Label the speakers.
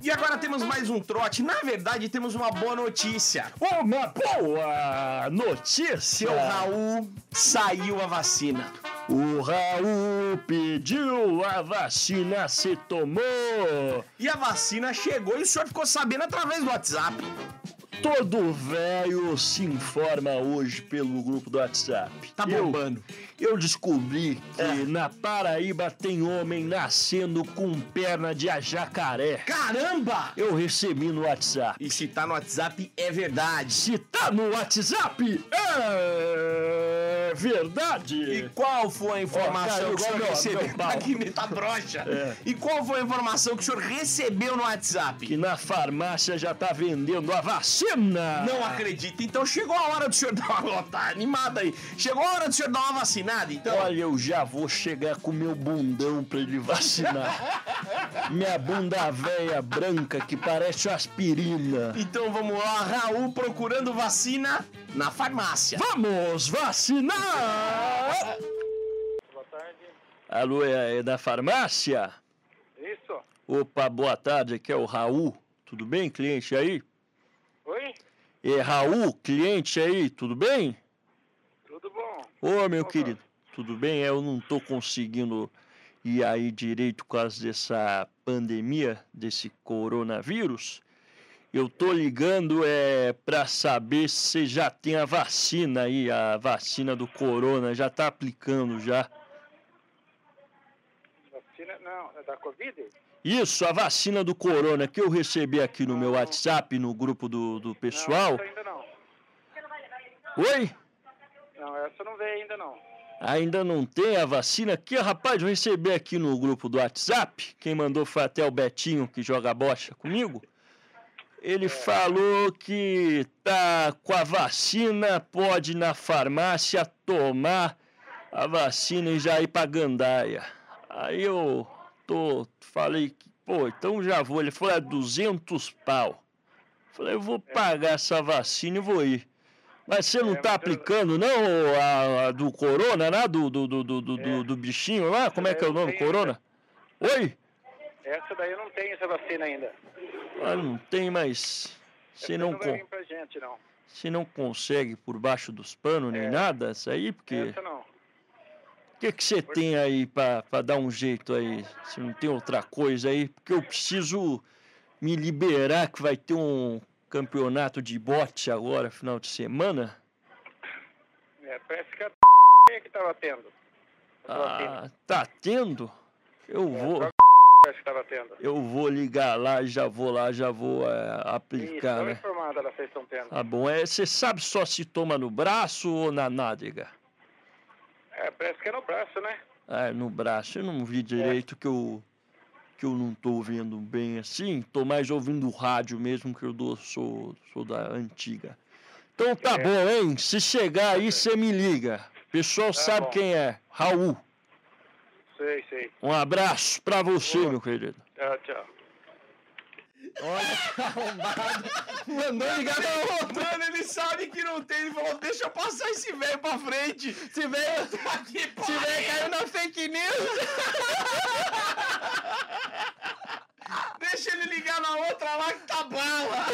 Speaker 1: E agora temos mais um trote. Na verdade, temos uma boa notícia.
Speaker 2: Uma boa notícia!
Speaker 1: Seu Raul saiu a vacina.
Speaker 2: O Raul pediu a vacina, se tomou.
Speaker 1: E a vacina chegou e o senhor ficou sabendo através do WhatsApp.
Speaker 2: Todo velho se informa hoje pelo grupo do WhatsApp.
Speaker 1: Tá
Speaker 2: Eu-
Speaker 1: bombando. É.
Speaker 2: Eu descobri que na Paraíba tem homem nascendo com perna de jacaré.
Speaker 1: Caramba!
Speaker 2: Eu recebi no WhatsApp.
Speaker 1: E se tá no WhatsApp, é verdade.
Speaker 2: Se tá no WhatsApp, é
Speaker 1: E
Speaker 2: verdade.
Speaker 1: qual foi a informação
Speaker 2: É.
Speaker 1: que
Speaker 2: Ó, caiu
Speaker 1: o senhor
Speaker 2: igual meu-
Speaker 1: recebeu?
Speaker 2: meu pau.
Speaker 1: Aqui me tá broxa.
Speaker 2: É.
Speaker 1: E qual foi a informação que o senhor recebeu no WhatsApp?
Speaker 2: Que na farmácia já tá vendendo a vacina.
Speaker 1: Não acredito. Então chegou a hora do senhor dar uma ó, tá animado aí. Chegou a hora do senhor dar uma vacinada, então.
Speaker 2: Olha, eu já vou chegar com meu bundão pra ele vacinar. Minha bunda véia branca que parece uma aspirina.
Speaker 1: Então vamos lá, Raul procurando vacina na farmácia.
Speaker 2: Vamos vacinar!
Speaker 3: Boa tarde.
Speaker 2: Alô, é, é da farmácia?
Speaker 3: Isso?
Speaker 2: Opa, boa tarde, aqui é o Raul. Tudo bem, cliente aí?
Speaker 3: Oi?
Speaker 2: É Raul, cliente aí, tudo bem?
Speaker 3: Tudo bom?
Speaker 2: Ô, meu
Speaker 3: Opa.
Speaker 2: querido, tudo bem? É, Eu não tô conseguindo ir aí direito por causa dessa pandemia, desse coronavírus. Eu tô ligando é para saber se já tem a vacina aí, a vacina do corona, já tá aplicando já.
Speaker 3: Vacina? Não, é da Covid?
Speaker 2: Isso, a vacina do corona que eu recebi aqui no meu WhatsApp, no grupo do, do
Speaker 3: Não,
Speaker 2: pessoal.
Speaker 3: essa ainda não.
Speaker 2: Oi?
Speaker 3: Não, essa não veio ainda não.
Speaker 2: Ainda não tem a vacina aqui, rapaz. Eu recebi aqui no grupo do WhatsApp. Quem mandou foi até o Betinho, que joga bocha comigo. Ele
Speaker 3: É.
Speaker 2: falou que tá com a vacina, pode ir na farmácia tomar a vacina e já ir pra gandaia. Aí eu tô, falei que, pô, então já vou. Ele falou, é 200 pau. Falei, eu vou pagar essa vacina e vou ir. Mas você não
Speaker 3: É,
Speaker 2: tá
Speaker 3: mas eu-
Speaker 2: aplicando, não, a, a do corona, né? Do, do, do, do, do, do- do bichinho lá? Como é que é o
Speaker 3: Eu não
Speaker 2: nome?
Speaker 3: tenho né?
Speaker 2: Corona? Oi?
Speaker 3: Essa daí eu não tenho essa vacina ainda.
Speaker 2: Ah, não tem, mas você
Speaker 3: essa
Speaker 2: não,
Speaker 3: não vai
Speaker 2: con-
Speaker 3: vir pra gente não.
Speaker 2: você não consegue por baixo dos panos nem
Speaker 3: É.
Speaker 2: nada, isso aí, porque...
Speaker 3: Essa não.
Speaker 2: O que que você tem aí pra pra dar um jeito aí? Se não tem outra coisa aí, porque eu preciso me liberar que vai ter um campeonato de bote agora, final de semana.
Speaker 3: É, parece que a que tava tendo. Essa vacina.
Speaker 2: Ah, tá tendo? Eu
Speaker 3: É,
Speaker 2: vou,
Speaker 3: Parece que tava tendo.
Speaker 2: eu vou ligar lá, já vou lá, já vou é,
Speaker 3: Isso,
Speaker 2: aplicar,
Speaker 3: estão
Speaker 2: né?
Speaker 3: informada ela vocês estão tendo.
Speaker 2: Tá bom, é, você sabe só se toma no braço ou na nádega?
Speaker 3: É, parece que é no braço, né?
Speaker 2: Ah, no braço, eu não vi direito que eu que eu não tô ouvindo bem assim, tô mais ouvindo rádio mesmo que eu dou, sou, sou da antiga. Então tá
Speaker 3: É.
Speaker 2: bom, hein? Se chegar aí, você me liga. Pessoal sabe
Speaker 3: bom.
Speaker 2: quem é, Raul.
Speaker 3: Sei, sei.
Speaker 2: Um abraço pra você, meu querido.
Speaker 3: Tchau, tchau.
Speaker 2: Olha que arrombado.
Speaker 1: Mandou ligar pra outro. Mano, ele sabe que não tem. Ele falou: deixa eu passar esse velho pra frente. Esse velho. tá que Esse velho caiu na fake news. deixa ele ligar na outra lá que tá bala.